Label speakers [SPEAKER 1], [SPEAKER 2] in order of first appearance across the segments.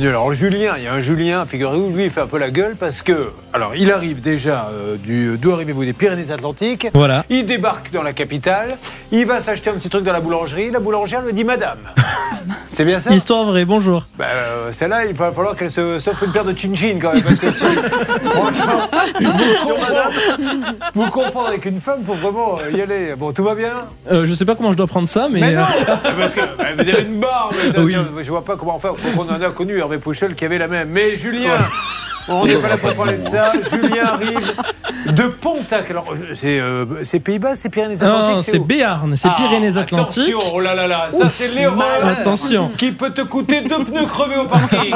[SPEAKER 1] Et Alors Julien, il y a un Julien, figurez-vous, lui il fait un peu la gueule parce que, alors il arrive déjà euh, du, d'où arrivez-vous des Pyrénées-Atlantiques.
[SPEAKER 2] Voilà.
[SPEAKER 1] Il débarque dans la capitale, il va s'acheter un petit truc dans la boulangerie, la boulangère lui dit Madame. C'est bien ça
[SPEAKER 2] Histoire vraie, bonjour.
[SPEAKER 1] Bah, euh, Celle-là, il va falloir qu'elle se- s'offre une paire de chin-chin quand même, parce que si, franchement, vous, confondre, vous confondre avec une femme, faut vraiment euh, y aller. Bon, tout va bien
[SPEAKER 2] Euh, je sais pas comment je dois prendre ça, mais.
[SPEAKER 1] mais non
[SPEAKER 2] euh,
[SPEAKER 1] Parce que bah, vous avez une barbe
[SPEAKER 2] Oui.
[SPEAKER 1] Je vois pas comment faire. On en a connu Hervé Pouchel qui avait la même. Mais Julien On n'est pas là pour parler de ça. Julien arrive de Pontac. Alors, euh, c'est euh, c'est Pays-Bas, c'est
[SPEAKER 2] non,
[SPEAKER 1] Pyrénées-Atlantiques
[SPEAKER 2] c'est
[SPEAKER 1] où
[SPEAKER 2] Béarn, c'est
[SPEAKER 1] Ah,
[SPEAKER 2] Pyrénées-Atlantiques.
[SPEAKER 1] Attention, oh là là là, ça c'est l'erreur
[SPEAKER 2] Attention.
[SPEAKER 1] qui peut te coûter deux pneus crevés au parking.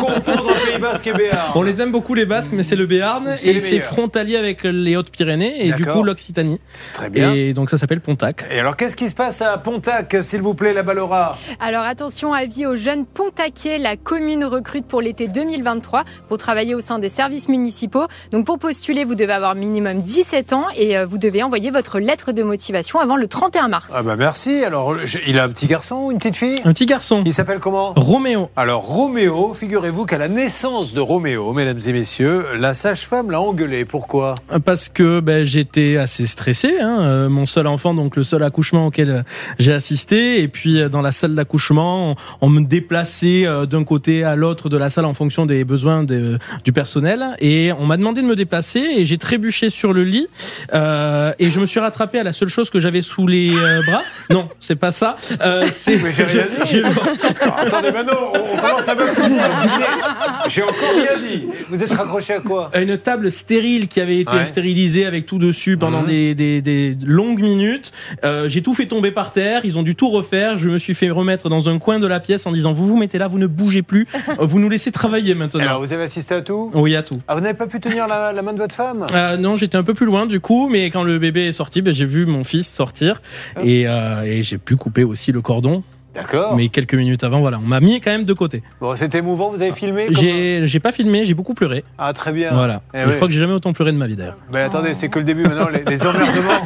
[SPEAKER 1] Confondre Pays Basque et Béarn.
[SPEAKER 2] On les aime beaucoup les Basques, mais c'est le Béarn
[SPEAKER 1] C'est les
[SPEAKER 2] et c'est
[SPEAKER 1] meilleurs.
[SPEAKER 2] frontalier avec les Hautes-Pyrénées et du
[SPEAKER 1] D'accord.
[SPEAKER 2] coup l'Occitanie.
[SPEAKER 1] Très bien. Et...
[SPEAKER 2] Et donc ça s'appelle Pontac.
[SPEAKER 1] alors, qu'est-ce qui se passe à Pontac, s'il vous plaît, la Ballora
[SPEAKER 3] Alors attention, avis aux jeunes Pontaquais, la commune recrute pour l'été 2023 pour travailler au sein des services municipaux. Donc pour postuler, vous devez avoir minimum 17 ans et euh, vous devez envoyer votre lettre de motivation avant le 31 mars.
[SPEAKER 1] Ah bah merci. Alors, je- il a un petit garçon ou une petite fille
[SPEAKER 2] Un petit garçon,
[SPEAKER 1] Il s'appelle comment
[SPEAKER 2] Roméo.
[SPEAKER 1] Alors Roméo, figurez-vous qu'à la naissance de Roméo, mesdames et messieurs, la sage-femme l'a engueulé. Pourquoi
[SPEAKER 2] Parce que ben, j'étais assez stressé, hein, euh, mon seul enfant, donc le seul accouchement auquel euh, j'ai assisté. Et puis euh, dans la salle d'accouchement, on, on me déplaçait euh, d'un côté à l'autre de la salle en fonction des besoins de- du personnel. Et on m'a demandé de me déplacer et j'ai trébuché sur le lit. Euh, et je me suis rattrapé à la seule chose que j'avais sous les euh, bras. Non, c'est pas ça. Euh, c'est-
[SPEAKER 1] Mais j'ai rien
[SPEAKER 2] je-
[SPEAKER 1] dit.
[SPEAKER 2] j'ai-
[SPEAKER 1] Attendez, maintenant, on, on commence à me pousser à l'idée. J'ai encore rien dit. Vous êtes raccroché à quoi
[SPEAKER 2] à une table stérile qui avait été
[SPEAKER 1] Ouais.
[SPEAKER 2] stérilisée avec tout dessus pendant
[SPEAKER 1] Mhm.
[SPEAKER 2] des, des- des longues minutes. Euh, j'ai tout fait tomber par terre, ils ont dû tout refaire. Je me suis fait remettre dans un coin de la pièce en disant Vous vous mettez là, vous ne bougez plus, Euh, vous nous laissez travailler maintenant.
[SPEAKER 1] Alors, vous avez assisté à tout
[SPEAKER 2] Oui, à tout.
[SPEAKER 1] Ah, vous n'avez pas pu tenir la, la main de votre femme
[SPEAKER 2] Euh, non, j'étais un peu plus loin du coup, mais quand le bébé est sorti, ben, j'ai vu mon fils sortir
[SPEAKER 1] Ah.
[SPEAKER 2] et, euh, et j'ai pu couper aussi le cordon.
[SPEAKER 1] D'accord.
[SPEAKER 2] Mais quelques minutes avant, voilà, on m'a mis quand même de côté.
[SPEAKER 1] Bon, c'était émouvant, vous avez filmé comme-
[SPEAKER 2] J'ai j'ai pas filmé, j'ai beaucoup pleuré.
[SPEAKER 1] Ah, très bien.
[SPEAKER 2] Voilà.
[SPEAKER 1] Eh
[SPEAKER 2] Et
[SPEAKER 1] oui.
[SPEAKER 2] Je crois que j'ai jamais autant pleuré de ma vie d'ailleurs.
[SPEAKER 1] Mais attendez, c'est que le début maintenant, les, les emmerdements.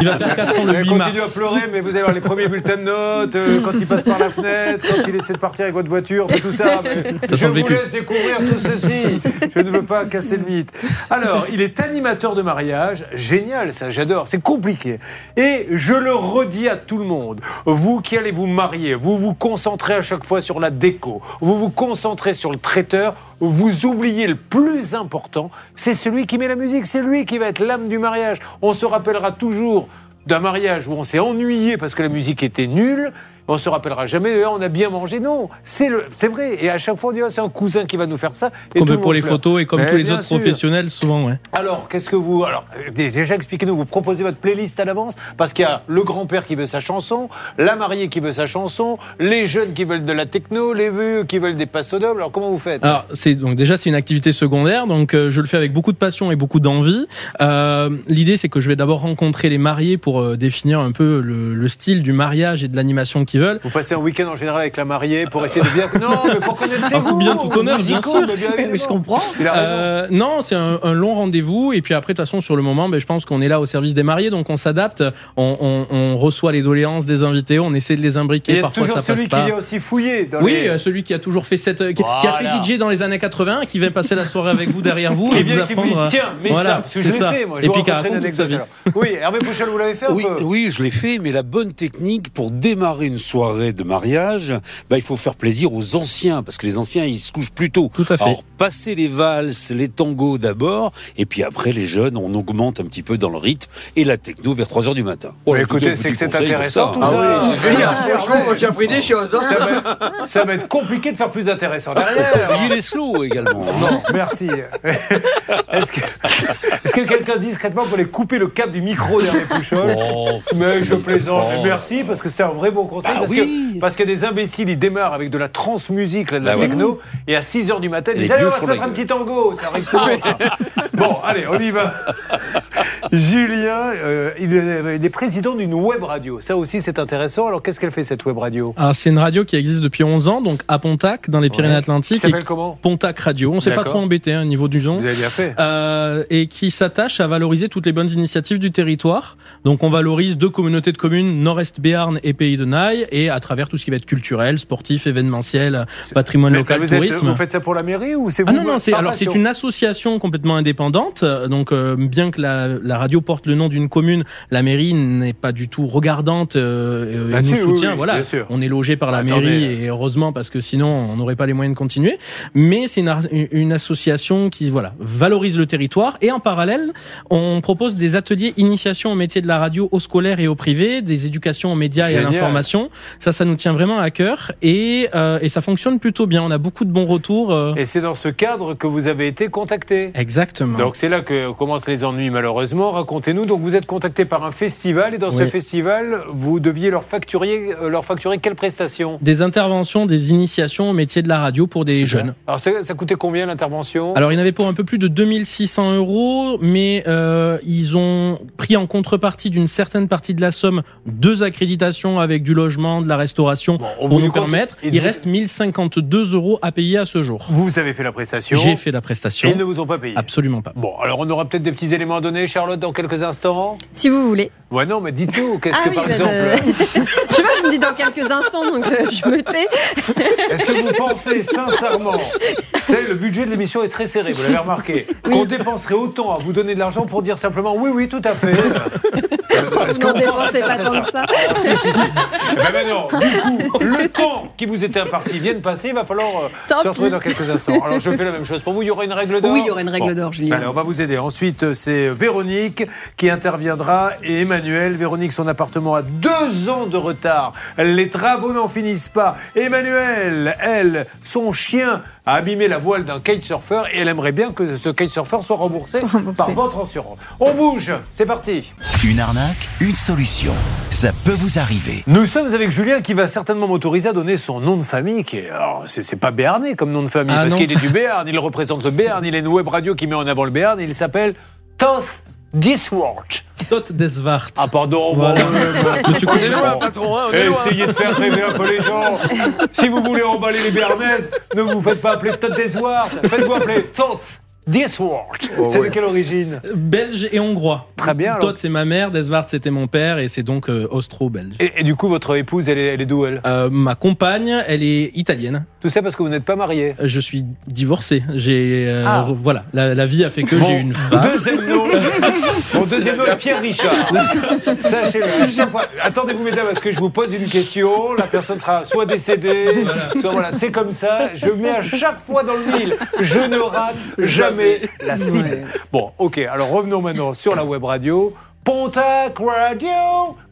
[SPEAKER 2] Il va faire 4 ans le
[SPEAKER 1] Elle
[SPEAKER 2] 8
[SPEAKER 1] Ah. Eh, continue Euh, à
[SPEAKER 2] mars.
[SPEAKER 1] pleurer, mais vous allez voir les premiers bulletins de notes, euh, quand il passe par la fenêtre, quand il essaie de partir avec votre voiture, tout ça. Mais je
[SPEAKER 2] sent le
[SPEAKER 1] vous
[SPEAKER 2] vécu.
[SPEAKER 1] laisse découvrir tout ceci. Je ne veux pas casser le mythe. Alors, il est animateur de mariage. Génial, ça, j'adore. C'est compliqué. Et je le redis à tout le monde. Vous qui allez vous marier, vous vous concentrez à chaque fois sur la déco, vous vous concentrez sur le traiteur, vous oubliez le plus important, c'est celui qui met la musique, c'est lui qui va être l'âme du mariage. On se rappellera toujours d'un mariage où on s'est ennuyé parce que la musique était nulle, on se rappellera jamais, eh, on a bien mangé. Non, c'est le, c'est vrai. Et à chaque fois, on dit, Ah, c'est un cousin qui va nous faire ça. Et tout
[SPEAKER 2] Comme
[SPEAKER 1] le
[SPEAKER 2] pour
[SPEAKER 1] monde
[SPEAKER 2] les
[SPEAKER 1] pleure.
[SPEAKER 2] photos et comme
[SPEAKER 1] Mais
[SPEAKER 2] tous les
[SPEAKER 1] bien
[SPEAKER 2] autres
[SPEAKER 1] sûr.
[SPEAKER 2] professionnels, souvent, ouais.
[SPEAKER 1] Alors, qu'est-ce que vous. Alors, euh, déjà, expliquez-nous, vous proposez votre playlist à l'avance Parce qu'il y a le grand-père qui veut sa chanson, la mariée qui veut sa chanson, les jeunes qui veulent de la techno, les vieux qui veulent des passodobles. Alors, comment vous faites
[SPEAKER 2] Alors, c'est donc déjà c'est une activité secondaire, donc euh, je le fais avec beaucoup de passion et beaucoup d'envie. Euh, L'idée, c'est que je vais d'abord rencontrer les mariés pour euh, définir un peu le, le style du mariage et de l'animation qu'ils veulent.
[SPEAKER 1] Vous passez un week-end en général avec la mariée pour essayer de bien. Non, mais pour connaître ses
[SPEAKER 2] En tout
[SPEAKER 1] goûts,
[SPEAKER 2] bien, tout honneur, bien
[SPEAKER 1] musicaux,
[SPEAKER 2] sûr.
[SPEAKER 1] mais bien
[SPEAKER 4] Mais je
[SPEAKER 1] évidemment.
[SPEAKER 4] comprends.
[SPEAKER 1] Il a raison.
[SPEAKER 2] Euh, non, c'est un, un long rendez-vous et puis après, de toute façon, sur le moment, ben, je pense qu'on est là au service des mariés, donc on s'adapte, on, on- on reçoit les doléances des invités, on essaie de les imbriquer.
[SPEAKER 1] Il y a
[SPEAKER 2] parfois,
[SPEAKER 1] toujours
[SPEAKER 2] ça passe
[SPEAKER 1] celui qui
[SPEAKER 2] pas.
[SPEAKER 1] vient aussi fouiller dans
[SPEAKER 2] Oui,
[SPEAKER 1] les-
[SPEAKER 2] euh, celui qui a toujours fait cette, qui, qui a
[SPEAKER 1] Voilà.
[SPEAKER 2] fait DJ dans les années 80, qui vient passer la soirée avec vous derrière vous, et
[SPEAKER 1] Qui
[SPEAKER 2] vous
[SPEAKER 1] vient, qui vous
[SPEAKER 2] apprendre.
[SPEAKER 1] dit
[SPEAKER 2] euh,
[SPEAKER 1] tiens, mais
[SPEAKER 2] voilà,
[SPEAKER 1] ça, parce que je
[SPEAKER 2] c'est
[SPEAKER 1] l'ai
[SPEAKER 2] ça.
[SPEAKER 1] fait, moi, je
[SPEAKER 2] et
[SPEAKER 1] vous
[SPEAKER 2] puis qui
[SPEAKER 1] raconterai une
[SPEAKER 2] raconte toute sa
[SPEAKER 1] anecdote.
[SPEAKER 2] vie.
[SPEAKER 1] alors. Oui, Hervé Pouchel, vous l'avez fait un
[SPEAKER 5] Oui,
[SPEAKER 1] peu
[SPEAKER 5] oui, je l'ai fait, mais la bonne technique pour démarrer une soirée de mariage, bah, il faut faire plaisir aux anciens, parce que les anciens, ils se couchent plus tôt.
[SPEAKER 2] Tout à fait.
[SPEAKER 5] Alors, passer les valses, les tangos d'abord, et puis après, les jeunes, on augmente un petit peu dans le rythme et la techno vers 3 heures du matin.
[SPEAKER 1] Mais
[SPEAKER 5] Voilà, plutôt un
[SPEAKER 1] Bah, écoutez, c'est
[SPEAKER 5] petit
[SPEAKER 1] que c'est
[SPEAKER 5] conseil comme
[SPEAKER 1] intéressant tout
[SPEAKER 5] Ah
[SPEAKER 1] ça.
[SPEAKER 5] oui.
[SPEAKER 6] Je veux dire,
[SPEAKER 1] Ah
[SPEAKER 6] franchement, moi, j'ai appris des choses. hein.
[SPEAKER 1] Ça va, ça va être compliqué de faire plus intéressant derrière.
[SPEAKER 5] Oubliez les slow également. hein.
[SPEAKER 1] Non, merci. Est-ce que, est-ce que quelqu'un discrètement peut aller couper le câble du micro d'Hervé Pouchol
[SPEAKER 5] Oh,
[SPEAKER 1] Mais je plaisante, mais
[SPEAKER 5] Oh.
[SPEAKER 1] merci parce que c'est un vrai bon conseil.
[SPEAKER 5] Bah
[SPEAKER 1] parce,
[SPEAKER 5] oui.
[SPEAKER 1] que, parce que des imbéciles, ils démarrent avec de la trans-musique, là, de la
[SPEAKER 5] Bah voilà.
[SPEAKER 1] techno, et à 6 h du matin, ils
[SPEAKER 5] Les
[SPEAKER 1] disent Allez, on
[SPEAKER 5] vieux
[SPEAKER 1] va se
[SPEAKER 5] font la
[SPEAKER 1] mettre un
[SPEAKER 5] gueule.
[SPEAKER 1] petit tango. Ça arrive souvent, ça. Bon, allez, on y va. Julien, euh, il, est, il est président d'une web radio. Ça aussi, c'est intéressant. Alors, qu'est-ce qu'elle fait, cette web radio
[SPEAKER 2] Alors, c'est une radio qui existe depuis 11 ans, donc à Pontac, dans les
[SPEAKER 1] Ça
[SPEAKER 2] Pyrénées-Atlantiques. et
[SPEAKER 1] s'appelle comment
[SPEAKER 2] Pontac Radio. On s'est pas
[SPEAKER 1] D'accord.
[SPEAKER 2] trop embêté hein, au niveau du nom.
[SPEAKER 1] Vous avez bien fait.
[SPEAKER 2] Euh, et qui s'attache à valoriser toutes les bonnes initiatives du territoire. Donc on valorise deux communautés de communes, Nord-Est Béarn et Pays de Naï, et à travers tout ce qui va être culturel, sportif, événementiel, patrimoine
[SPEAKER 1] Mais-
[SPEAKER 2] local,
[SPEAKER 1] mais vous, êtes-
[SPEAKER 2] tourisme.
[SPEAKER 1] vous faites ça pour la mairie ou c'est vous
[SPEAKER 2] Ah non, non, c'est,
[SPEAKER 1] par
[SPEAKER 2] alors c'est
[SPEAKER 1] passion
[SPEAKER 2] une association complètement indépendante. euh, Donc, euh, bien que la, la radio porte le nom d'une commune, la mairie n'est pas du tout regardante euh, et
[SPEAKER 1] Là-dessus,
[SPEAKER 2] nous soutient.
[SPEAKER 1] Bah oui, oui,
[SPEAKER 2] voilà.
[SPEAKER 1] bien sûr. Bah,
[SPEAKER 2] On est logé par la
[SPEAKER 1] Attendez,
[SPEAKER 2] mairie et heureusement parce que sinon on n'aurait pas les moyens de continuer. Mais c'est une, ar- une association qui voilà valorise le territoire et en parallèle on propose des ateliers initiation au métier de la radio au scolaire et au privé, des éducations aux médias et à
[SPEAKER 1] Génial.
[SPEAKER 2] l'information. Ça, ça nous tient vraiment à cœur et, euh, et ça fonctionne plutôt bien. On a beaucoup de bons retours. euh,
[SPEAKER 1] Et c'est dans ce cadre que vous avez été contacté.
[SPEAKER 2] Exactement.
[SPEAKER 1] Donc c'est là que commencent les ennuis malheureusement. Racontez-nous. Donc vous êtes contacté par un festival et dans ce
[SPEAKER 2] Oui.
[SPEAKER 1] festival vous deviez leur facturer euh, leur facturer quelle prestation
[SPEAKER 2] des interventions, des initiations au métier de la radio pour des jeunes.
[SPEAKER 1] Alors ça, ça coûtait combien l'intervention
[SPEAKER 2] Alors, il y en avait pour un peu plus de 2600 euros, mais euh, ils ont pris en contrepartie d'une certaine partie de la somme deux accréditations avec du logement, de la restauration
[SPEAKER 1] Bon, au bout
[SPEAKER 2] pour
[SPEAKER 1] du
[SPEAKER 2] nous
[SPEAKER 1] compte,
[SPEAKER 2] permettre.
[SPEAKER 1] et
[SPEAKER 2] il
[SPEAKER 1] vous-
[SPEAKER 2] reste 1052 euros à payer à ce jour.
[SPEAKER 1] Vous avez fait la prestation.
[SPEAKER 2] J'ai fait la
[SPEAKER 1] Et
[SPEAKER 2] prestation.
[SPEAKER 1] ils ne vous ont pas payé.
[SPEAKER 2] Absolument pas.
[SPEAKER 1] Bon, alors on aura peut-être des petits éléments à donner, Charlotte, dans quelques instants.
[SPEAKER 4] Si vous voulez.
[SPEAKER 1] Ouais, non, mais dites-nous, qu'est-ce
[SPEAKER 4] Ah
[SPEAKER 1] que
[SPEAKER 4] oui,
[SPEAKER 1] par
[SPEAKER 4] bah,
[SPEAKER 1] exemple,
[SPEAKER 4] euh, je sais pas, vous me dites dans quelques instants, donc euh, je me tais.
[SPEAKER 1] Est-ce que vous pensez sincèrement, vous savez, le budget de l'émission est très serré, vous l'avez remarqué, qu'on dépenserait autant à vous donner de l'argent pour dire simplement oui, oui, tout à fait. Euh, Est-ce
[SPEAKER 4] Vous n'en
[SPEAKER 1] qu'on pense
[SPEAKER 4] dépensez pas
[SPEAKER 1] sincèrement
[SPEAKER 4] tant que
[SPEAKER 1] Si,
[SPEAKER 4] ça.
[SPEAKER 1] si, si. Eh ben maintenant, du coup, le temps qui vous était imparti vient de passer, il va falloir euh,
[SPEAKER 4] Tant
[SPEAKER 1] se retrouver
[SPEAKER 4] pis.
[SPEAKER 1] dans quelques instants. Alors je fais la même chose pour vous, il y aura une règle d'or
[SPEAKER 4] Oui, il y aurait une
[SPEAKER 1] Bon.
[SPEAKER 4] règle d'or, Julien.
[SPEAKER 1] Allez, on va vous aider. Ensuite, c'est Véronique qui interviendra et Emmanuel. Véronique, son appartement a deux ans de retard. Les travaux n'en finissent pas. Emmanuel, elle, son chien a abîmé la voile d'un kitesurfer et elle aimerait bien que ce kitesurfer soit remboursé,
[SPEAKER 4] Remboursé.
[SPEAKER 1] par votre assurance. On bouge, c'est parti.
[SPEAKER 7] Une arnaque, une solution. Ça peut vous arriver.
[SPEAKER 1] Nous sommes avec Julien qui va certainement m'autoriser à donner son nom de famille. Qui est, alors, c'est, c'est pas Béarnais comme nom de famille
[SPEAKER 2] Ah
[SPEAKER 1] parce
[SPEAKER 2] non.
[SPEAKER 1] qu'il est du Béarn, il représente le Béarn, il est une web radio qui met en avant le Béarn. Il s'appelle Toth Disworth.
[SPEAKER 2] Tot Desvart.
[SPEAKER 1] Ah pardon,
[SPEAKER 2] Voilà.
[SPEAKER 1] bon, euh,
[SPEAKER 2] Monsieur
[SPEAKER 1] on est
[SPEAKER 2] Courbet.
[SPEAKER 1] loin.
[SPEAKER 6] patron, hein, on est loin.
[SPEAKER 1] Eh, Essayez de faire rêver un peu les gens. Si vous voulez emballer les Béarnaises, ne vous faites pas appeler Todd Desward. Faites-vous appeler Todd Desward. c'est de quelle origine
[SPEAKER 2] Belge et hongrois.
[SPEAKER 1] Très bien, alors.
[SPEAKER 2] Tot, c'est ma mère, Desvart, c'était mon père, et c'est donc euh, austro-belge.
[SPEAKER 1] et, et du coup, votre épouse, elle est, elle est d'où elle
[SPEAKER 2] Euh, ma compagne, elle est italienne.
[SPEAKER 1] Tout ça parce que vous n'êtes pas marié.
[SPEAKER 2] Je suis divorcé. J'ai euh,
[SPEAKER 1] Ah.
[SPEAKER 2] re- voilà, la, la vie a fait que
[SPEAKER 1] Mon
[SPEAKER 2] j'ai une femme.
[SPEAKER 1] Deuxième nom. Mon deuxième nom est Pierre Richard. Sachez-le. hein, chaque fois- Attendez-vous, mesdames, parce que je vous pose une question. La personne sera soit décédée, soit voilà. C'est comme ça. Je mets à chaque fois dans le mille. Je ne rate jamais la cible. Bon, ok. Alors revenons maintenant sur la web radio. Pontac Radio.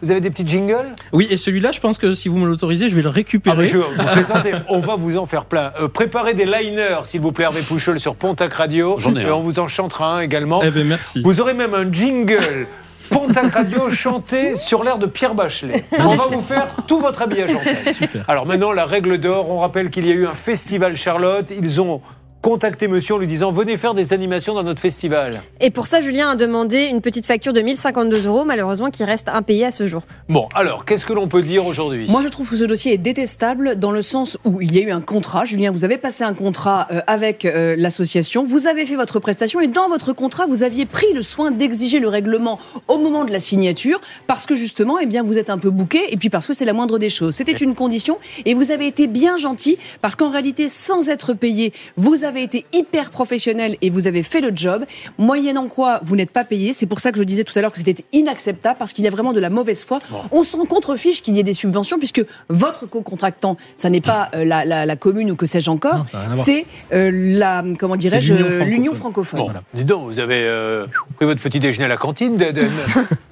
[SPEAKER 1] Vous avez des petits jingles
[SPEAKER 2] Oui, et celui-là, je pense que si vous me l'autorisez, je vais le
[SPEAKER 1] Ah, mais
[SPEAKER 2] récupérer.
[SPEAKER 1] je- vous plaisantez. On va vous en faire plein. Euh, préparez des liners, s'il vous plaît, Hervé Pouchol sur Pontac Radio.
[SPEAKER 5] J'en ai
[SPEAKER 1] Et
[SPEAKER 5] un.
[SPEAKER 1] on vous en chantera un également.
[SPEAKER 2] eh ben merci.
[SPEAKER 1] Vous aurez même un jingle. Pontac Radio chanté sur l'air de Pierre Bachelet. On va vous faire tout votre habillage en tête.
[SPEAKER 2] Super.
[SPEAKER 1] Alors maintenant, la règle d'or, on rappelle qu'il y a eu un festival Charlotte. Ils ont contacté monsieur en lui disant Venez faire des animations dans notre festival.
[SPEAKER 4] Et pour ça, Julien a demandé une petite facture de 1052 euros, malheureusement, qui reste impayée à ce jour.
[SPEAKER 1] Bon, alors, qu'est-ce que l'on peut dire aujourd'hui
[SPEAKER 8] Moi, je trouve que ce dossier est détestable dans le sens où il y a eu un contrat. Julien, vous avez passé un contrat euh, avec euh, l'association, vous avez fait votre prestation et dans votre contrat, vous aviez pris le soin d'exiger le règlement au moment de la signature parce que justement, eh bien, vous êtes un peu bouqué et puis parce que c'est la moindre des choses. C'était une condition et vous avez été bien gentil parce qu'en réalité, sans être payé, vous avez été hyper professionnel et vous avez fait le job. Moyennant quoi, vous n'êtes pas payé. C'est pour ça que je disais tout à l'heure que c'était inacceptable parce qu'il y a vraiment de la mauvaise foi. On s'en contrefiche qu'il y ait des subventions puisque votre co-contractant, ça n'est pas euh, la, la- la commune ou que sais-je
[SPEAKER 2] Non,
[SPEAKER 8] encore,
[SPEAKER 2] ça n'a rien à voir.
[SPEAKER 8] c'est euh, la, comment dirais-je,
[SPEAKER 2] C'est l'Union francophone.
[SPEAKER 8] euh, l'Union francophone.
[SPEAKER 1] Bon, dis donc, vous avez euh, pris votre petit déjeuner à la cantine de, de-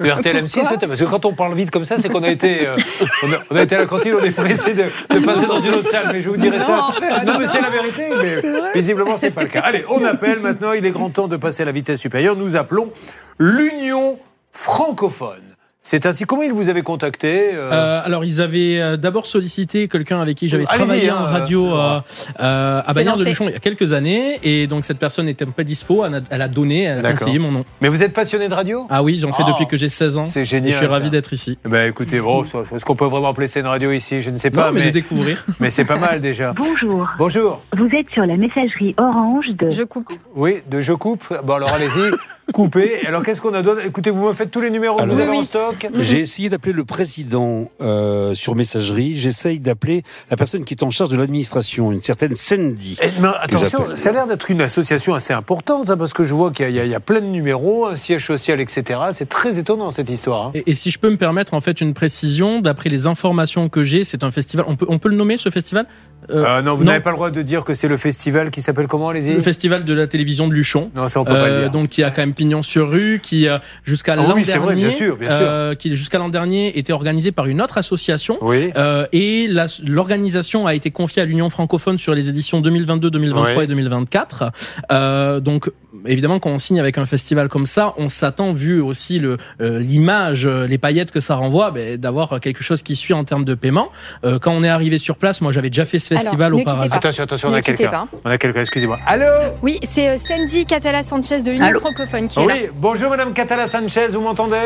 [SPEAKER 1] de RTLM6 c'est- Parce que quand on parle vite comme ça, c'est qu'on a été euh, on a, on a été à la cantine, on est pressé de, de passer dans une autre salle. Mais je vous dirai ça. Non, mais c'est la vérité. Mais visiblement, c'est pas le cas. Allez, on appelle maintenant. Il est grand temps de passer à la vitesse supérieure. Nous appelons l'Union francophone. C'est ainsi. Comment ils vous avaient contacté euh,
[SPEAKER 2] Euh, alors, ils avaient euh, d'abord sollicité quelqu'un avec qui j'avais
[SPEAKER 1] Allez-y,
[SPEAKER 2] travaillé
[SPEAKER 1] hein,
[SPEAKER 2] en radio
[SPEAKER 1] euh,
[SPEAKER 2] euh, euh, à
[SPEAKER 3] C'est
[SPEAKER 2] Bagnères de
[SPEAKER 3] lancé.
[SPEAKER 2] Luchon il y a quelques années. Et donc, cette personne n'était pas dispo. Elle a, elle a donné, elle a
[SPEAKER 1] D'accord.
[SPEAKER 2] conseillé mon nom.
[SPEAKER 1] Mais vous êtes passionné de radio
[SPEAKER 2] Ah oui, j'en fais
[SPEAKER 1] Oh,
[SPEAKER 2] depuis que j'ai 16 ans.
[SPEAKER 1] C'est
[SPEAKER 2] Et
[SPEAKER 1] génial.
[SPEAKER 2] je suis ravi
[SPEAKER 1] ça.
[SPEAKER 2] d'être ici.
[SPEAKER 1] Eh Ben écoutez, bon, ça- est-ce qu'on peut vraiment appeler ça une radio ici Je ne sais pas,
[SPEAKER 2] Non, mais, de
[SPEAKER 1] mais,
[SPEAKER 2] découvrir.
[SPEAKER 1] mais c'est pas mal déjà.
[SPEAKER 9] Bonjour,
[SPEAKER 1] Bonjour.
[SPEAKER 9] vous êtes sur la messagerie orange de...
[SPEAKER 1] Mmh.
[SPEAKER 3] Je coupe.
[SPEAKER 1] Oui, de Je coupe. Bon, alors allez-y, coupez. Alors qu'est-ce qu'on a d'autre Écoutez, vous me faites tous les numéros que
[SPEAKER 5] Alors-
[SPEAKER 1] vous
[SPEAKER 5] Oui,
[SPEAKER 1] avez en
[SPEAKER 3] oui.
[SPEAKER 1] stock.
[SPEAKER 5] J'ai essayé d'appeler le président euh, sur messagerie. J'essaye d'appeler la personne qui est en charge de l'administration, une certaine Sandy.
[SPEAKER 1] Eh, mais attention,
[SPEAKER 5] j'appelle.
[SPEAKER 1] ça a l'air d'être une association assez importante, hein, parce que je vois qu'il y, a- il y a- il y a plein de numéros, un siège social, etc. C'est très étonnant cette histoire. hein.
[SPEAKER 2] Et, et si je peux me permettre, en fait, une précision, d'après les informations que j'ai, c'est un festival. On peut, on peut le nommer, ce festival Euh,
[SPEAKER 1] Euh, non, vous
[SPEAKER 2] non.
[SPEAKER 1] n'avez pas le droit de dire que c'est le festival qui s'appelle comment, allez-y
[SPEAKER 2] Le festival de la télévision de Luchon.
[SPEAKER 1] Non, ça on peut pas le
[SPEAKER 2] Euh,
[SPEAKER 1] dire.
[SPEAKER 2] donc qui a quand même pignon sur rue, qui euh, jusqu'à
[SPEAKER 1] Ah oui,
[SPEAKER 2] l'an
[SPEAKER 1] oui, c'est
[SPEAKER 2] dernier,
[SPEAKER 1] vrai, bien sûr, bien sûr.
[SPEAKER 2] euh, qui jusqu'à l'an dernier était organisé par une autre association.
[SPEAKER 1] Oui.
[SPEAKER 2] Euh, et la- l'organisation a été confiée à l'Union francophone sur les éditions 2022, 2023
[SPEAKER 1] Ouais.
[SPEAKER 2] et 2024. Euh, donc, évidemment, quand on signe avec un festival comme ça, on s'attend, vu aussi le euh, l'image, euh, les paillettes que ça renvoie, ben, d'avoir quelque chose qui suit en termes de paiement. Euh, quand on est arrivé sur place, moi j'avais déjà fait ce
[SPEAKER 3] Alors,
[SPEAKER 2] festival
[SPEAKER 3] ne
[SPEAKER 2] auparavant.
[SPEAKER 3] quittez pas.
[SPEAKER 1] Attention, attention, on
[SPEAKER 3] Ne
[SPEAKER 1] a
[SPEAKER 3] quittez
[SPEAKER 1] quelqu'un.
[SPEAKER 3] pas.
[SPEAKER 1] On a quelqu'un, excusez-moi. Allô
[SPEAKER 3] Oui, c'est euh, Sandy Catala Sanchez de l'Union
[SPEAKER 9] Allô
[SPEAKER 3] francophone qui est là.
[SPEAKER 1] Ah Oui, bonjour Madame Catala Sanchez, vous m'entendez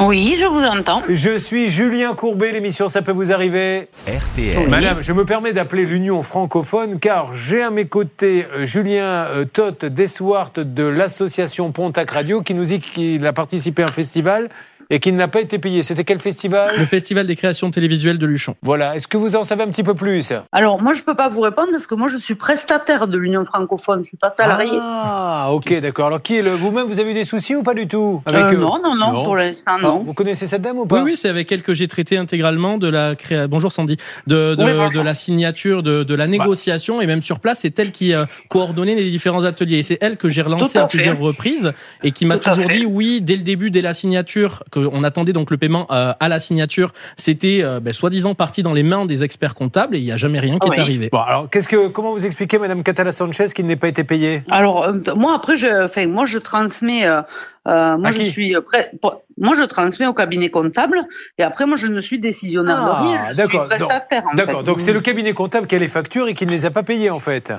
[SPEAKER 9] Oui, je vous entends.
[SPEAKER 1] Je suis Julien Courbet, l'émission Ça peut vous arriver.
[SPEAKER 7] RTL.
[SPEAKER 1] Madame, je me permets d'appeler l'Union francophone car j'ai à mes côtés euh, Julien euh, Toth Deswart de l'association Pontac Radio qui nous dit qu'il a participé à un festival et qu'il n'a pas été payé. C'était quel
[SPEAKER 2] Le
[SPEAKER 1] festival
[SPEAKER 2] festival des créations télévisuelles de Luchon.
[SPEAKER 1] Voilà, est-ce que vous en savez un petit peu plus
[SPEAKER 9] Alors, moi, je peux pas vous répondre parce que moi, je suis prestataire de l'Union francophone, je suis pas salarié.
[SPEAKER 1] Ah, ok, d'accord. Alors qui est le... Vous-même, vous avez eu des soucis ou pas du tout
[SPEAKER 9] Euh,
[SPEAKER 1] Ah, eux
[SPEAKER 9] non, non, non,
[SPEAKER 1] Non.
[SPEAKER 9] pour l'instant,
[SPEAKER 1] Ah,
[SPEAKER 9] non.
[SPEAKER 1] Vous connaissez cette dame ou
[SPEAKER 2] Oui,
[SPEAKER 1] pas
[SPEAKER 2] oui, c'est avec elle que j'ai traité intégralement de la créa... Bonjour Sandy, de, de,
[SPEAKER 9] Oui, bonjour. Bah.
[SPEAKER 2] de la signature, de, de la négociation et même sur place, c'est elle qui euh, coordonnait les différents ateliers. Et c'est elle que j'ai relancé
[SPEAKER 9] Tout à
[SPEAKER 2] à plusieurs
[SPEAKER 9] fait.
[SPEAKER 2] reprises et qui m'a
[SPEAKER 9] Tout à
[SPEAKER 2] toujours
[SPEAKER 9] fait.
[SPEAKER 2] dit oui dès le début, dès la signature, qu'on attendait donc le paiement euh, à la signature. C'était euh, ben, soi-disant parti dans les mains des experts comptables et il n'y a jamais rien qui
[SPEAKER 9] Oui.
[SPEAKER 2] est arrivé.
[SPEAKER 1] Bon, alors, qu'est-ce que, comment vous expliquez, Madame Catala Sanchez, qu'il n'ait pas été payé
[SPEAKER 9] Alors, euh, moi, après, je, enfin, moi, je transmets, euh, euh, moi,
[SPEAKER 1] À
[SPEAKER 9] je
[SPEAKER 1] qui
[SPEAKER 9] suis, euh, pre- pour- moi, je transmets au cabinet comptable et après, moi, je ne suis décisionnaire
[SPEAKER 1] Ah,
[SPEAKER 9] de rien. Je
[SPEAKER 1] d'accord,
[SPEAKER 9] suis prestataire, Ah, en
[SPEAKER 1] D'accord,
[SPEAKER 9] fait.
[SPEAKER 1] donc c'est le cabinet comptable qui a les factures et qui ne les a pas payées, en fait.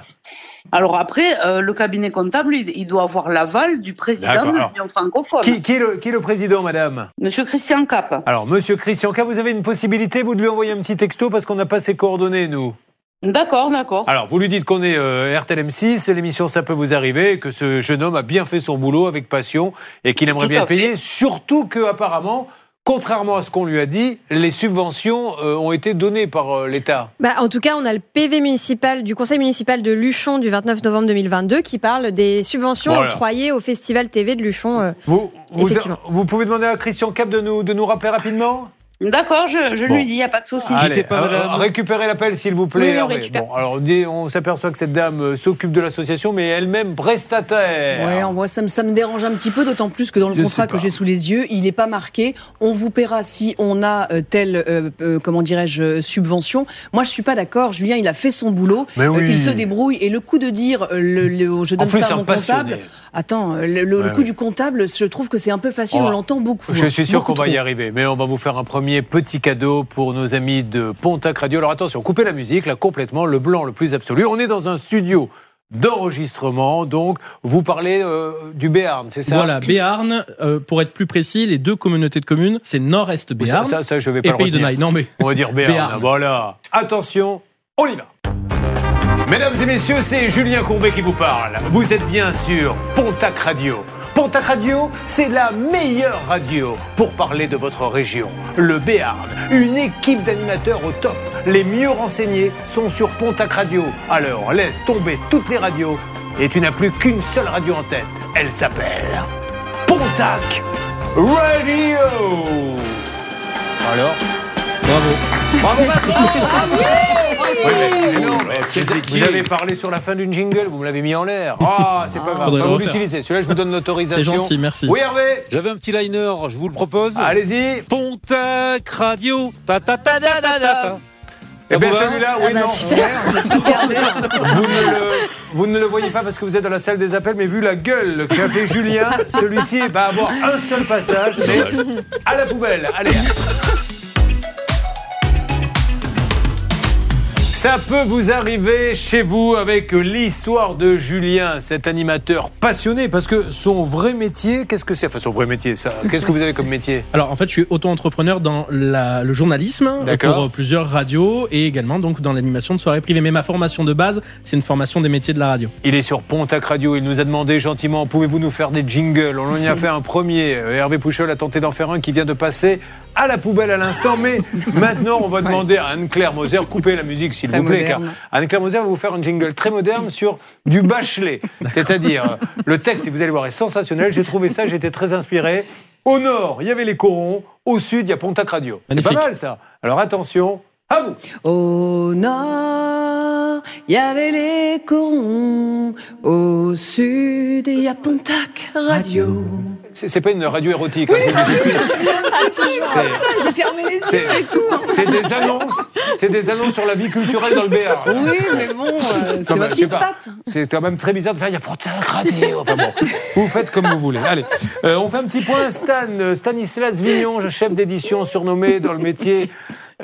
[SPEAKER 9] Alors après, euh, le cabinet comptable, il, il doit avoir l'aval du président
[SPEAKER 1] D'accord,
[SPEAKER 9] de
[SPEAKER 1] alors.
[SPEAKER 9] l'Union francophone,
[SPEAKER 1] Qui, qui est le, qui est le président, Madame
[SPEAKER 9] Monsieur Christian Cap.
[SPEAKER 1] Alors, Monsieur Christian K, vous avez une possibilité, vous de lui envoyer un petit texto parce qu'on n'a pas ses coordonnées, nous.
[SPEAKER 9] D'accord, d'accord.
[SPEAKER 1] Alors, vous lui dites qu'on est euh, RTLM6, l'émission Ça peut vous arriver, et que ce jeune homme a bien fait son boulot avec passion et qu'il aimerait
[SPEAKER 9] Tout
[SPEAKER 1] bien
[SPEAKER 9] à fait.
[SPEAKER 1] payer, surtout que apparemment, contrairement à ce qu'on lui a dit, les subventions euh, ont été données par euh, l'État.
[SPEAKER 4] Bah, en tout cas, on a le PV municipal du conseil municipal de Luchon du 29 novembre 2022 qui parle des subventions
[SPEAKER 1] Voilà.
[SPEAKER 4] octroyées au festival TV de Luchon. euh.
[SPEAKER 1] Vous, vous,
[SPEAKER 4] Effectivement.
[SPEAKER 1] vous pouvez demander à Christian Cap de nous, de nous rappeler rapidement
[SPEAKER 9] D'accord, je, je
[SPEAKER 1] Bon.
[SPEAKER 9] lui dis, il n'y a pas de souci.
[SPEAKER 1] Allez,
[SPEAKER 5] pas,
[SPEAKER 1] euh,
[SPEAKER 5] madame.
[SPEAKER 1] récupérez l'appel, s'il vous plaît.
[SPEAKER 3] Oui, oui, on
[SPEAKER 1] Hervé.
[SPEAKER 3] récupère.
[SPEAKER 1] Bon, alors, on dit- on s'aperçoit que cette dame euh, s'occupe de l'association, mais elle-même prestataire.
[SPEAKER 8] Ouais, on voit, ça me, ça me dérange un petit peu, d'autant plus que dans le
[SPEAKER 1] Je sais
[SPEAKER 8] contrat
[SPEAKER 1] pas.
[SPEAKER 8] que j'ai sous les yeux, il n'est pas marqué. On vous paiera si on a euh, telle, euh, euh, comment dirais-je, euh, subvention. Moi, je suis pas d'accord. Julien, il a fait son boulot. Euh,
[SPEAKER 1] Mais oui.
[SPEAKER 8] il se débrouille. Et le coup de dire, euh, le, le- je
[SPEAKER 1] En
[SPEAKER 8] donne
[SPEAKER 1] plus,
[SPEAKER 8] ça à
[SPEAKER 1] un
[SPEAKER 8] mon
[SPEAKER 1] passionné.
[SPEAKER 8] comptable. Attends, euh, le, le- le
[SPEAKER 1] Ouais,
[SPEAKER 8] coup
[SPEAKER 1] oui.
[SPEAKER 8] du comptable, je trouve que c'est un peu facile.
[SPEAKER 1] Oh.
[SPEAKER 8] On l'entend beaucoup.
[SPEAKER 1] Je
[SPEAKER 8] hein,
[SPEAKER 1] suis sûr
[SPEAKER 8] beaucoup
[SPEAKER 1] qu'on va y
[SPEAKER 8] trop.
[SPEAKER 1] arriver, mais on va vous faire un premier petit cadeau pour nos amis de Pontac Radio. Alors attention, coupez la musique, là complètement, le blanc le plus absolu. On est dans un studio d'enregistrement, donc vous parlez euh, du Béarn, c'est ça
[SPEAKER 2] Voilà, Béarn, euh, pour être plus précis, les deux communautés de communes, c'est Nord-Est
[SPEAKER 1] ça,
[SPEAKER 2] Béarn
[SPEAKER 1] ça, ça, je vais
[SPEAKER 2] et
[SPEAKER 1] pas le
[SPEAKER 2] Pays de
[SPEAKER 1] retenir.
[SPEAKER 2] Naï. Non mais
[SPEAKER 1] On va dire Béarn.
[SPEAKER 2] Béarn.
[SPEAKER 1] Voilà. Attention, on y va. Mesdames et messieurs, c'est Julien Courbet qui vous parle. Vous êtes bien sûr Pontac Radio. Pontac Radio, c'est la meilleure radio pour parler de votre région. Le Béarn, une équipe d'animateurs au top. Les mieux renseignés sont sur Pontac Radio. Alors laisse tomber toutes les radios et tu n'as plus qu'une seule radio en tête. Elle s'appelle Pontac Radio. Alors
[SPEAKER 2] bravo.
[SPEAKER 1] Bravo Oui, mais- mais non,
[SPEAKER 5] Oh,
[SPEAKER 1] mais
[SPEAKER 5] quelle
[SPEAKER 1] vous-
[SPEAKER 5] équipe.
[SPEAKER 1] Vous avez parlé sur la fin d'une jingle, vous me l'avez mis en l'air. Ah, c'est pas grave,
[SPEAKER 2] Faudrait
[SPEAKER 1] enfin,
[SPEAKER 2] le
[SPEAKER 1] vous
[SPEAKER 2] refaire.
[SPEAKER 1] l'utilisez. Celui-là, je vous donne l'autorisation.
[SPEAKER 2] C'est gentil, merci.
[SPEAKER 1] Oui, Hervé
[SPEAKER 5] J'avais un petit liner, je vous le propose.
[SPEAKER 1] Allez-y
[SPEAKER 5] Pontac Radio. Ta ta ta ta ta ta.
[SPEAKER 1] Eh bien,
[SPEAKER 5] Ah bon
[SPEAKER 1] celui-là, oui,
[SPEAKER 4] Ah bah,
[SPEAKER 1] non. euh,
[SPEAKER 4] super.
[SPEAKER 1] Vous ne, le, vous ne le voyez pas parce que vous êtes dans la salle des appels, mais vu la gueule qu'avait Julien, celui-ci va avoir un seul passage, mais à la poubelle. Allez. Ça peut vous arriver chez vous avec l'histoire de Julien, cet animateur passionné, parce que son vrai métier, qu'est-ce que c'est Enfin, son vrai métier, ça. Qu'est-ce que vous avez comme métier
[SPEAKER 2] Alors en fait, je suis auto-entrepreneur dans la- le journalisme
[SPEAKER 1] D'accord.
[SPEAKER 2] pour euh, plusieurs radios et également donc dans l'animation de soirées privées. Mais ma formation de base, c'est une formation des métiers de la radio.
[SPEAKER 1] Il est sur Pontac Radio, il nous a demandé gentiment pouvez-vous nous faire des jingles On en y a fait un premier. Euh, Hervé Pouchol a tenté d'en faire un qui vient de passer à la poubelle à l'instant, mais maintenant on va demander à Anne-Claire Moser, coupez la musique s'il
[SPEAKER 8] Très
[SPEAKER 1] vous plaît,
[SPEAKER 8] moderne.
[SPEAKER 1] car Anne-Claire Moser va vous faire un jingle très moderne sur du bachelet. C'est-à-dire, euh, le texte, et vous allez voir, est sensationnel. J'ai trouvé ça, j'étais très inspiré. Au nord, il y avait les corons, au sud, il y a Pontac Radio. C'est pas
[SPEAKER 2] Magnifique.
[SPEAKER 1] mal ça. Alors attention, à vous
[SPEAKER 8] Au nord, il y avait les corons. Au sud, il y a Pontac Radio.
[SPEAKER 1] C'est c'est pas une radio érotique. hein, C'est-
[SPEAKER 8] J'ai fermé les
[SPEAKER 1] C'est c'est des annonces, c'est des annonces sur la vie culturelle dans le Béarn.
[SPEAKER 8] Oui, mais bon, euh, c'est
[SPEAKER 1] Comme- je
[SPEAKER 8] ma
[SPEAKER 1] sais
[SPEAKER 8] petite
[SPEAKER 1] pas.
[SPEAKER 8] patte.
[SPEAKER 1] C'est quand même très bizarre de faire il y a Pontac Radio. Enfin bon, vous faites comme vous voulez. Allez, Euh, on fait un petit point Stan, euh, Stanislas Vignon, chef d'édition surnommé dans le métier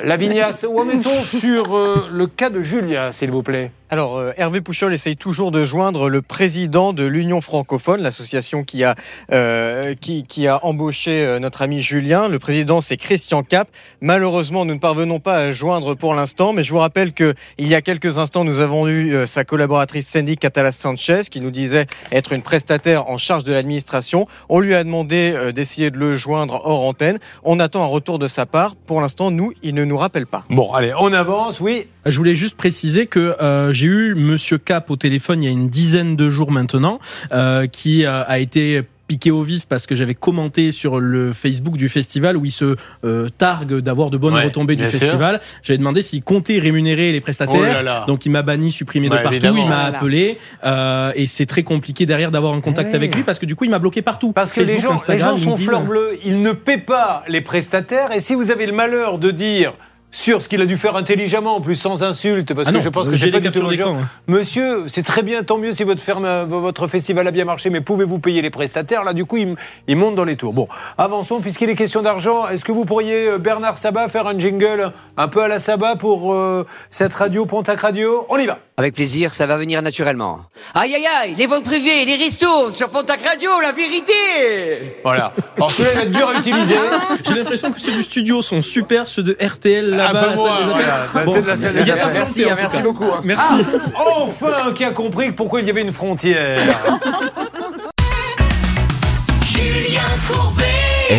[SPEAKER 1] la vignasse. Où en est-on sur euh, le cas de Julien, s'il vous plaît
[SPEAKER 10] Alors, euh, Hervé Pouchol essaye toujours de joindre le président de l'Union francophone, l'association qui a, euh, qui, qui a embauché euh, notre ami Julien. Le président, c'est Christian Cap. Malheureusement, nous ne parvenons pas à joindre pour l'instant, mais je vous rappelle que il y a quelques instants, nous avons eu euh, sa collaboratrice Sandy Catalas Sanchez, qui nous disait être une prestataire en charge de l'administration. On lui a demandé euh, d'essayer de le joindre hors antenne. On attend un retour de sa part. Pour l'instant, nous, il ne nous rappelle pas.
[SPEAKER 1] Bon, allez, on avance. Oui,
[SPEAKER 2] Je voulais juste préciser que euh, j'ai eu Monsieur Cap au téléphone il y a une dizaine de jours maintenant, euh, qui euh, a été piqué au vif parce que j'avais commenté sur le Facebook du festival où il se euh, targue d'avoir de bonnes
[SPEAKER 1] Ouais,
[SPEAKER 2] retombées du
[SPEAKER 1] bien sûr.
[SPEAKER 2] festival. J'avais demandé s'il comptait rémunérer les prestataires.
[SPEAKER 1] Oh là là.
[SPEAKER 2] Donc il m'a banni, supprimé
[SPEAKER 1] Bah,
[SPEAKER 2] de partout,
[SPEAKER 1] évidemment.
[SPEAKER 2] il m'a
[SPEAKER 1] Voilà.
[SPEAKER 2] appelé euh, et c'est très compliqué derrière d'avoir un contact
[SPEAKER 1] Ouais.
[SPEAKER 2] avec lui parce que du coup il m'a bloqué partout.
[SPEAKER 1] Parce que les
[SPEAKER 2] Facebook,
[SPEAKER 1] gens, les
[SPEAKER 2] Instagram,
[SPEAKER 1] gens sont
[SPEAKER 2] LinkedIn.
[SPEAKER 1] fleurs bleues, ils ne paient pas les prestataires. Et si vous avez le malheur de dire sur ce qu'il a dû faire intelligemment, en plus sans insulte, parce
[SPEAKER 2] Ah
[SPEAKER 1] que
[SPEAKER 2] non,
[SPEAKER 1] je pense que
[SPEAKER 2] j'ai
[SPEAKER 1] c'est pas
[SPEAKER 2] les
[SPEAKER 1] du tout
[SPEAKER 2] captures
[SPEAKER 1] le genre.
[SPEAKER 2] d'écran, hein.
[SPEAKER 1] Monsieur, c'est très bien, tant mieux si votre ferme, euh, votre festival a bien marché, mais pouvez-vous payer les prestataires Là, du coup, ils, m- ils montent dans les tours. Bon, avançons, puisqu'il est question d'argent. Est-ce que vous pourriez, euh, Bernard Sabat, faire un jingle un peu à la Sabat pour euh, cette radio, Pontac Radio On y va
[SPEAKER 6] Avec plaisir, ça va venir naturellement. Aïe aïe aïe, les ventes privées, les restos sur Pontac Radio, la vérité
[SPEAKER 1] Voilà. Alors celui-là, il va être dur à utiliser.
[SPEAKER 2] J'ai l'impression que ceux du studio sont super, ceux de RTL là-bas,
[SPEAKER 1] Ah, pas
[SPEAKER 2] la
[SPEAKER 1] moi,
[SPEAKER 2] salle des
[SPEAKER 1] voilà.
[SPEAKER 2] appels.
[SPEAKER 1] Bah, c'est de la salle
[SPEAKER 2] il y
[SPEAKER 1] des
[SPEAKER 2] a pas
[SPEAKER 1] appels.
[SPEAKER 2] planté, en tout cas.
[SPEAKER 6] beaucoup. hein.
[SPEAKER 2] Merci.
[SPEAKER 1] Enfin, qui a compris pourquoi il y avait une frontière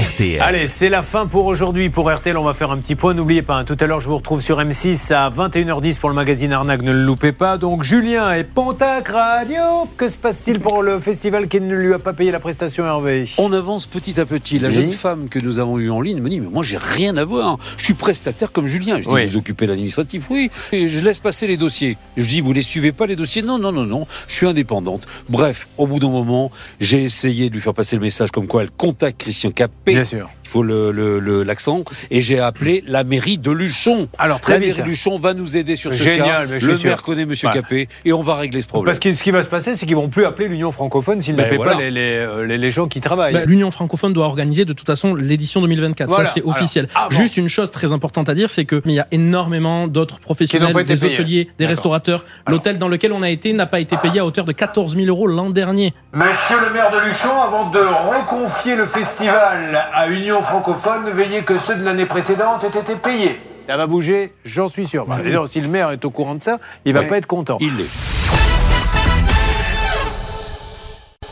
[SPEAKER 7] RTL.
[SPEAKER 1] Allez, c'est la fin pour aujourd'hui. Pour RTL, on va faire un petit point. N'oubliez pas, hein, tout à l'heure, je vous retrouve sur M6 à 21h10 pour le magazine Arnaque. Ne le loupez pas. Donc, Julien et Pontac Radio. Que se passe-t-il pour le festival qui ne lui a pas payé la prestation, Hervé
[SPEAKER 5] On avance petit à petit. La
[SPEAKER 1] Oui.
[SPEAKER 5] jeune femme que nous avons eue en ligne me dit Mais moi, j'ai rien à voir. Je suis prestataire comme Julien. Je dis
[SPEAKER 1] Oui.
[SPEAKER 5] Vous occupez l'administratif Oui. Et je laisse passer les dossiers. Je dis Vous les suivez pas, les dossiers Non, non, non, non. Je suis indépendante. Bref, au bout d'un moment, j'ai essayé de lui faire passer le message comme quoi elle contacte Christian Capé.
[SPEAKER 1] Bien sûr.
[SPEAKER 5] Il faut l'accent. Le, le, l'accent. et j'ai appelé la mairie de Luchon.
[SPEAKER 1] Alors, très
[SPEAKER 5] la
[SPEAKER 1] vite.
[SPEAKER 5] mairie de Luchon va nous aider sur ce
[SPEAKER 1] Génial,
[SPEAKER 5] cas.
[SPEAKER 1] mais je
[SPEAKER 5] le
[SPEAKER 1] suis sûr.
[SPEAKER 5] maire connaît Monsieur
[SPEAKER 1] Ouais.
[SPEAKER 5] Capé et on va régler ce problème.
[SPEAKER 1] Parce que ce qui va se passer, c'est qu'ils vont plus appeler l'Union francophone s'ils ne
[SPEAKER 5] Ben
[SPEAKER 1] paient pas
[SPEAKER 5] voilà. Ben
[SPEAKER 1] les, les, euh, les- les gens qui travaillent.
[SPEAKER 2] Bah, L'Union francophone doit organiser de toute façon l'édition 2024.
[SPEAKER 1] Voilà. Ah,
[SPEAKER 2] Ça, c'est
[SPEAKER 1] Alors,
[SPEAKER 2] officiel.
[SPEAKER 1] avant.
[SPEAKER 2] Juste une chose très importante à dire, c'est que mais il y a énormément d'autres
[SPEAKER 1] Qui n'ont
[SPEAKER 2] professionnels,
[SPEAKER 1] pas été
[SPEAKER 2] des
[SPEAKER 1] payés.
[SPEAKER 2] hôteliers, des
[SPEAKER 1] D'accord.
[SPEAKER 2] restaurateurs. L'hôtel dans lequel on a été n'a pas été payé à hauteur de 14 000 euros l'an dernier.
[SPEAKER 1] Monsieur le maire de Luchon, avant de reconfier le festival à Union francophone, veillez que ceux de l'année précédente aient été payés. Ça va bouger, j'en suis sûr. Bah, d'ailleurs, si le maire est au courant de ça, il va pas être content.
[SPEAKER 5] Il l'est.